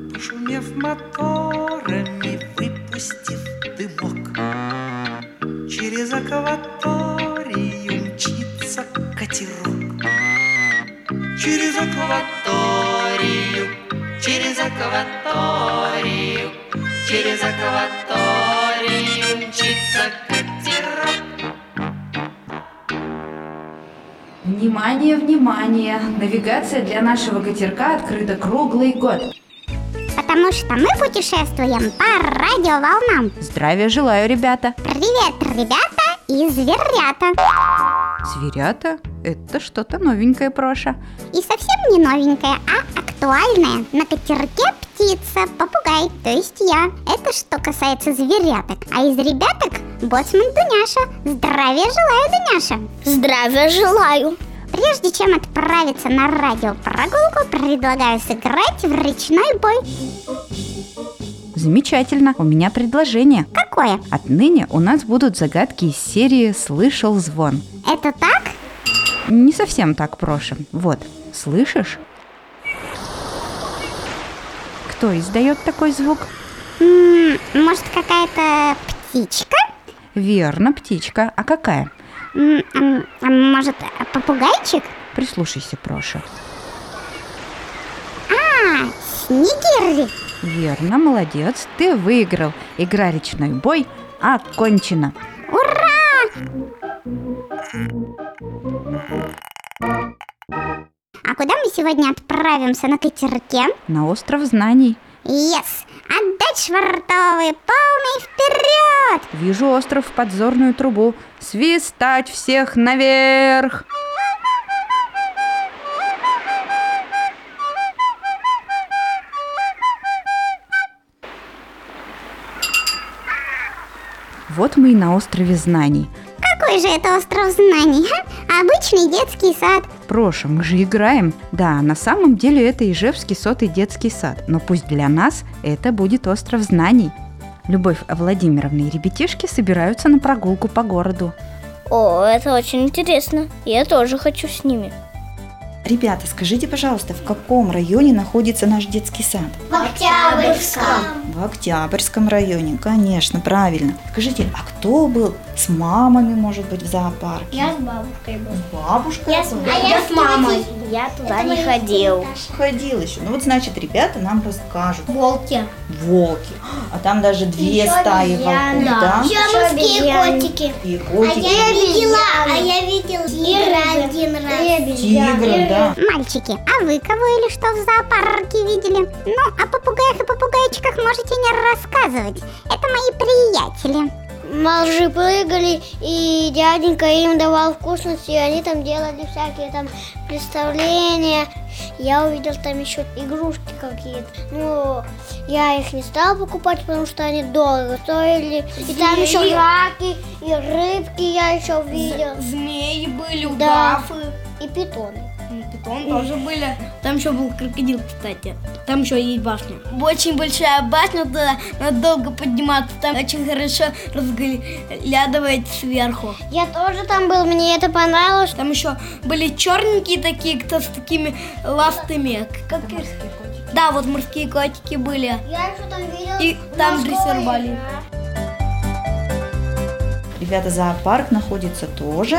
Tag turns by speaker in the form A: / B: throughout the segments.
A: загремев моторами, выпустив дымок. Через акваторию мчится катерок. Через акваторию, через акваторию, через акваторию мчится катерок.
B: Внимание, внимание! Навигация для нашего катерка открыта круглый год.
C: Потому что мы путешествуем по радиоволнам.
D: Здравия желаю, ребята!
C: Привет, ребята и зверята.
D: Зверята? Это что-то новенькое, Проша.
C: И совсем не новенькая, а актуальная. На катерке птица, попугай, то есть я. Это что касается зверяток. А из ребяток боцман Дуняша. Здравия желаю, Дуняша.
E: Здравия желаю!
C: Прежде чем отправиться на радиопрогулку, предлагаю сыграть в речной бой.
D: Замечательно, у меня предложение.
C: Какое?
D: Отныне у нас будут загадки из серии «Слышал звон».
C: Это так?
D: Не совсем так, Проша. Вот, слышишь? Кто издает такой звук?
C: М, может, какая-то птичка?
D: Верно, птичка. А какая?
C: М, ам, а может, а, попугайчик?
D: Прислушайся, Проша.
C: А, снегирь.
D: Верно, молодец, ты выиграл. Игра «Речной бой» окончена.
C: А куда мы сегодня отправимся на катерке?
D: На остров знаний.
C: Yes! Отдать швартовый полный вперед!
D: Вижу остров в подзорную трубу. Свистать всех наверх! Вот мы и на острове знаний.
C: Какой же это остров знаний? ха? Обычный детский сад.
D: Проша, мы же играем. Да, на самом деле это Ижевский сотый детский сад, но пусть для нас это будет остров знаний. Любовь Владимировна и ребятишки собираются на прогулку по городу.
E: О, это очень интересно. Я тоже хочу с ними.
F: Ребята, скажите, пожалуйста, в каком районе находится наш детский сад?
G: В Октябрьском.
F: В Октябрьском районе, конечно, правильно. Скажите, а кто был с мамами, может быть, в зоопарке?
G: Я с бабушкой был.
F: Бабушка? была?
G: А с мамой.
E: Я туда
G: Это
E: не
G: мои
E: ходил.
F: Ходил еще. Ну вот, значит, ребята нам расскажут.
G: Волки.
F: Волки. А там даже две стаи волков, да?
G: Морские котики.
F: И котики,
G: видела, а я видела тигра один раз.
F: тигры, да.
C: Мальчики, а вы кого или что в зоопарке видели? Ну, о попугаях и попугайчиках можете не рассказывать. Это мои приятели.
G: Малжи прыгали, и дяденька им давал вкусности, и они там делали всякие там представления. Я увидел там еще игрушки какие-то. Ну, я их не стал покупать, потому что они дорого стоили. И там еще раки, и рыбки я еще видел.
H: Змеи были,
G: Да.
H: удавы.
G: И питоны.
H: Ну, Питон тоже были. Там еще был крокодил, кстати. Там еще есть башня. Очень большая башня, туда надо долго подниматься. Там очень хорошо разглядывает сверху.
G: Я тоже там был, мне это понравилось.
H: Там еще были черненькие такие, кто с такими ластами. Как их? Да, вот морские котики были.
G: Я еще там видел.
H: И там дрессировали.
F: Ребята, зоопарк находится тоже.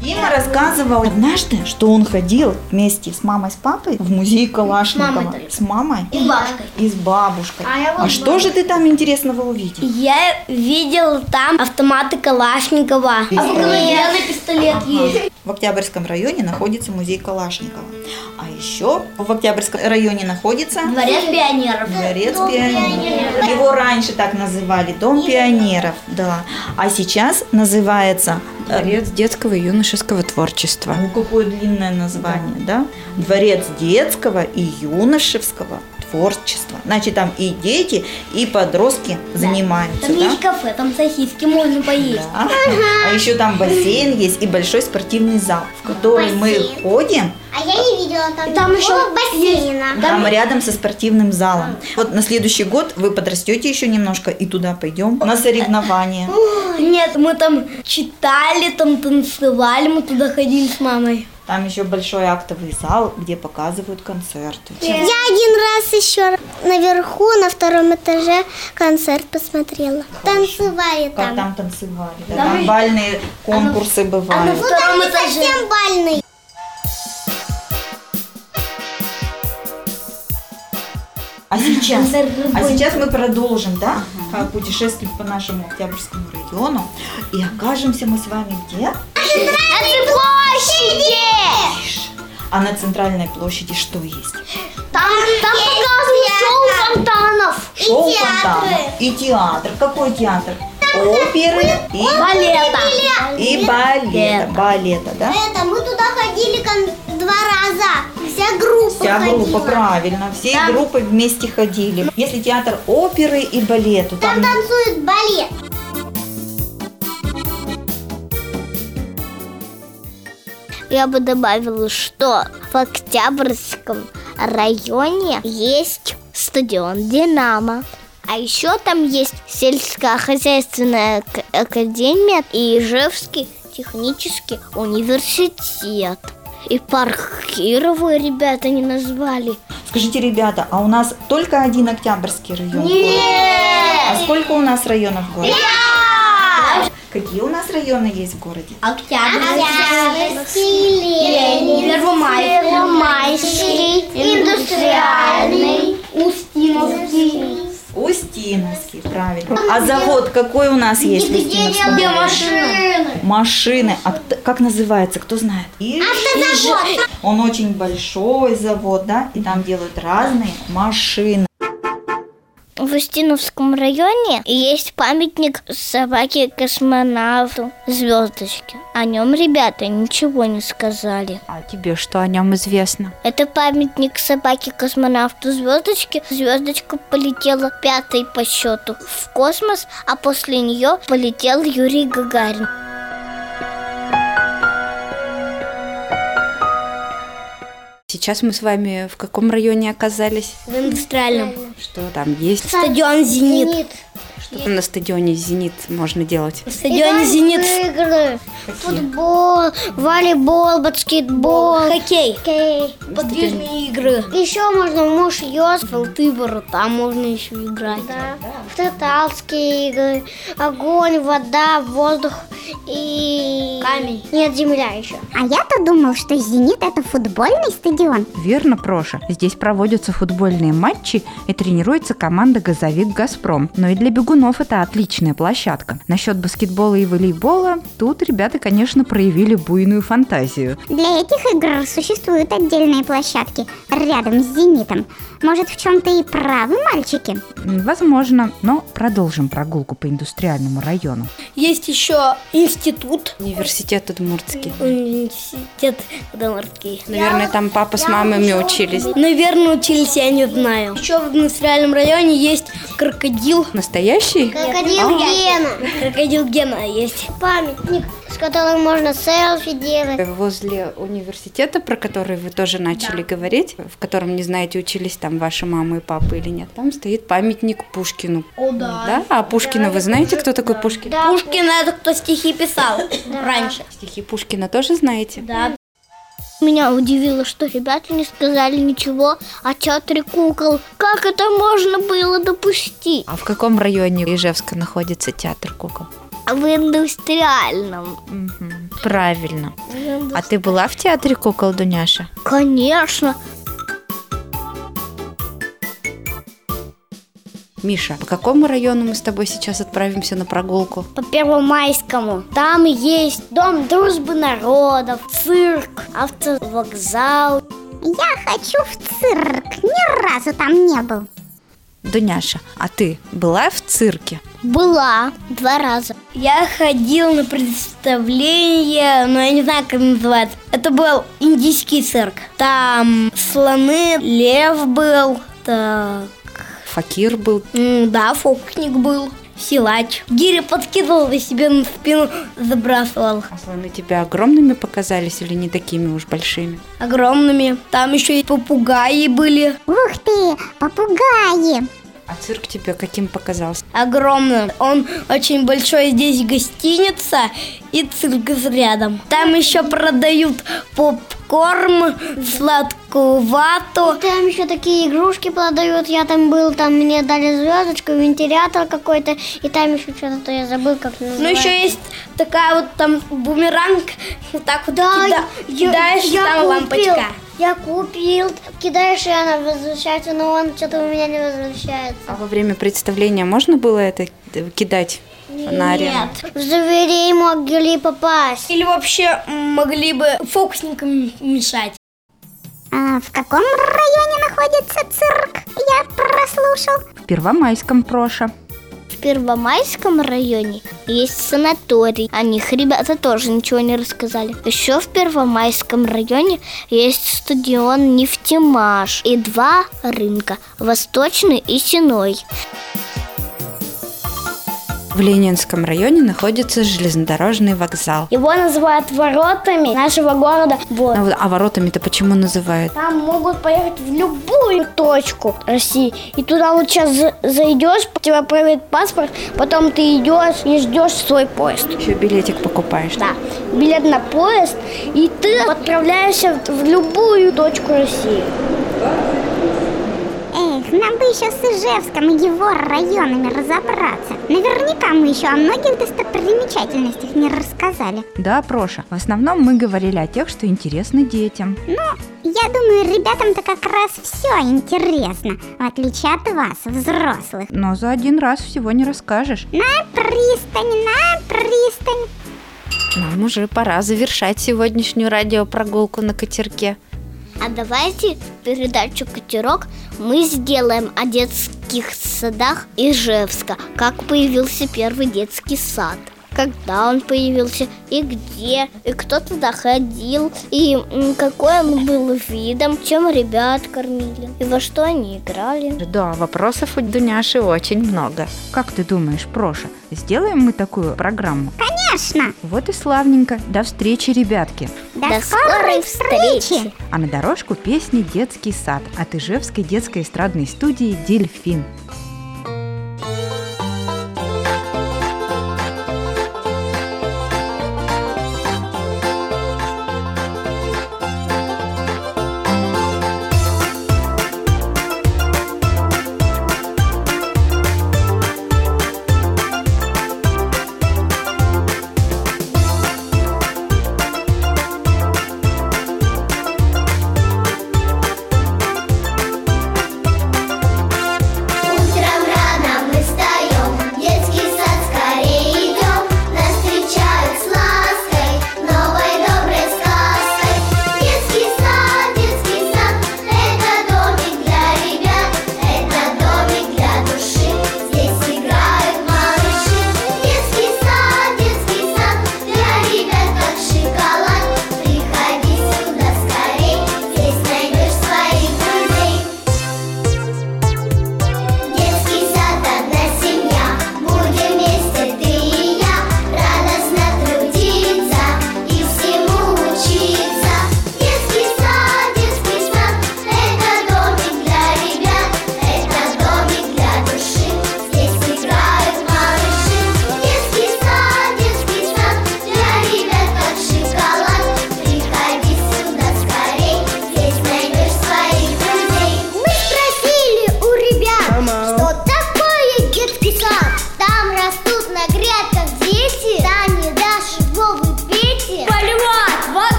F: Дима рассказывал однажды, что он ходил вместе с мамой, с папой в музей Калашникова. С мамой? И бабушкой. И с бабушкой. А, что же ты там интересного увидел?
E: Я видел там автоматы Калашникова.
G: пистолет есть.
F: В Октябрьском районе находится музей Калашникова. А еще в Октябрьском районе находится
G: Дворец пионеров.
F: дворец пионеров. Его раньше так называли Дом пионеров, да. А сейчас называется э,
I: Дворец детского и юношеского творчества.
F: Ну, какое длинное название, да. Дворец детского и юношеского творчества. Значит, там и дети, и подростки занимаются, да?
G: кафе, там сосиски можно поесть.
F: Да. А еще там бассейн есть и большой спортивный зал, в который мы ходим,
G: А я не видела там, там еще бассейна.
F: там рядом со спортивным залом. Вот на следующий год вы подрастете еще немножко и туда пойдем на соревнования.
H: Нет, мы там читали, там танцевали, мы туда ходили с мамой.
F: Там еще большой актовый зал, где показывают концерты.
G: Я один раз еще наверху, на втором этаже, концерт посмотрела. Танцевали
F: Как
G: там.
F: там танцевали, да, там бальные конкурсы бывают.
G: Ну там не совсем бальный.
F: А сейчас, а сейчас мы продолжим, да, а, путешествие по нашему Октябрьскому району. И окажемся мы с вами где?
G: На площади!
F: А на центральной площади что есть?
G: Там, там показывают шоу фонтанов.
F: Шоу фонтанов и театр. Какой театр? Оперы и, и балета. Балета, да?
G: Это мы туда ходили кон- два раза. Вся группа
F: Вся
G: ходила.
F: группа, правильно, всей группой вместе ходили. Если театр оперы и балет, то
G: Там
F: там
G: танцует балет.
E: Я бы добавила, что в Октябрьском районе есть стадион «Динамо». А еще там есть сельскохозяйственная ак- академия и Ижевский технический университет. И парк Кирова ребята не назвали.
F: Скажите, ребята, а у нас только один Октябрьский район? Нет! А сколько у нас районов в городе? Какие у нас районы есть в городе?
G: Октябрьский, Ленин, Первомайский, Индустриальный, Устиновский.
F: Устиновский, правильно. А завод какой у нас есть в Устиновском? районе?
G: машины?
F: Машины. А кто- как называется, кто знает? Автозавод. Он очень большой завод, да? И там делают разные машины.
E: В Устиновском районе есть памятник собаке-космонавту Звездочке. О нем ребята ничего не сказали.
D: А тебе что о нем известно?
E: Это памятник собаке-космонавту Звездочке. Звездочка полетела пятой по счету в космос, а после нее полетел Юрий Гагарин.
D: Сейчас мы с вами в каком районе оказались?
E: В индустриальном.
D: Что там есть?
E: Стадион «Зенит».
D: Что там на стадионе «Зенит» можно делать?
E: Стадион «Зенит». Игры.
G: Футбол, волейбол, баскетбол,
E: Хоккей.
G: хоккей.
E: Подвижные игры.
G: Еще можно муж ёст,
E: Там можно еще играть.
G: да, татарские игры, огонь, вода, воздух и...
E: Камень.
G: Нет, земля еще.
C: А я-то думал, что «Зенит» — это футбольный стадион.
D: Верно, Проша. Здесь проводятся футбольные матчи и тренируется команда «Газовик Газпром». Но и для бегунов это отличная площадка. Насчет баскетбола и волейбола тут ребята, конечно, проявили буйную фантазию.
C: Для этих игр существуют отдельные площадки рядом с «Зенитом». Может, в чем-то и правы мальчики?
D: М, Возможно, но продолжим прогулку по индустриальному району.
H: Есть еще институт.
I: Университет Удмуртский.
H: Университет Удмуртский.
I: Наверное, там папа с мамами учились.
H: Наверное, учились, я не знаю. Еще в индустриальном районе есть крокодил.
I: Настоящий?
G: Крокодил Гена.
H: Крокодил Гена есть.
G: Памятник, с которым можно селфи делать.
I: Возле университета, про который вы тоже начали говорить, в котором, не знаете, учились там ваши мама и папа или нет, там стоит памятник Пушкину.
H: О,
I: Да? А Пушкина, вы знаете, кто такой Пушкин?
H: Пушкин это кто стихи писал раньше.
I: Стихи Пушкина тоже знаете?
H: Да.
E: Меня удивило, что ребята не сказали ничего о театре кукол. Как это можно было допустить?
I: А в каком районе Ижевска находится театр кукол?
E: А В индустриальном.
I: Правильно. А ты была в театре кукол, Дуняша?
E: Конечно.
I: Миша, по какому району мы с тобой сейчас отправимся на прогулку?
E: По Первомайскому. Там есть Дом дружбы народов, цирк, автовокзал.
C: Я хочу в цирк. Ни разу там не был.
I: Дуняша, а ты была в цирке?
E: Была два раза.
H: Я ходил на представление, но ну, я не знаю, как это называется. Это был индийский цирк. Там слоны, лев был, так,
I: Факир был.
H: м, да, фокусник был, силач. Гири подкидывал и себе на спину забрасывал.
I: А слоны тебе огромными показались или не такими уж большими?
H: Огромными. Там еще и попугаи были.
C: Ух ты, попугаи.
F: А цирк тебе каким показался?
H: Огромным. Он очень большой. Здесь гостиница и цирк рядом. Там еще продают попкорн, сладкую вату.
J: Там еще такие игрушки продают. Я там был, там мне дали звездочку, вентилятор какой-то. И там еще что-то я забыл, как
H: Ну,
J: называется.
H: еще есть такая вот там бумеранг. Вот так вот кида- кидаешь, и там лампочка.
J: Я купил. Кидаешь, и она возвращается, но он что-то у меня не возвращается.
F: А во время представления можно было это э, кидать на арену?
J: В зверей могли попасть.
H: Или вообще м, могли бы фокусникам мешать.
C: А в каком районе находится цирк? Я прослушал.
K: В Первомайском Проша.
E: В Первомайском районе есть санаторий. О них ребята тоже ничего не рассказали. Еще в Первомайском районе есть стадион «Нефтемаш» и два рынка – «Восточный» и «Сеной».
F: В Ленинском районе находится железнодорожный вокзал.
J: Его называют воротами нашего города. Вот.
F: А вот- а воротами-то почему называют?
J: Там могут поехать в любую точку России. И туда вот сейчас за- зайдешь, тебя проверят паспорт, потом ты идешь и ждешь свой поезд.
F: Еще билетик покупаешь.
J: Да, билет на поезд, и ты отправляешься в- в любую точку России.
C: Эх, нам бы еще с Ижевском и его районами разобраться. Наверняка мы еще о многих достопримечательностях не рассказали.
K: Да, Проша. В основном мы говорили о тех, что интересны детям.
C: Я думаю, ребятам-то как раз все интересно, в отличие от вас, взрослых.
K: Но за один раз всего не расскажешь.
C: На пристань, на пристань.
F: Нам уже пора завершать сегодняшнюю радиопрогулку на катерке.
E: А давайте передачу «Катерок» мы сделаем о детских садах Ижевска. Как появился первый детский сад? Когда он появился и где, и кто туда ходил, и м, какой он был видом, чем ребят кормили, и во что они играли.
F: Да, вопросов у Дуняши очень много.
K: Как ты думаешь, Проша, сделаем мы такую программу?
C: Конечно.
K: Вот и славненько. До встречи, ребятки.
C: До, скорой встречи.
K: А на дорожку песни «Детский сад» от Ижевской детской эстрадной студии «Дельфин».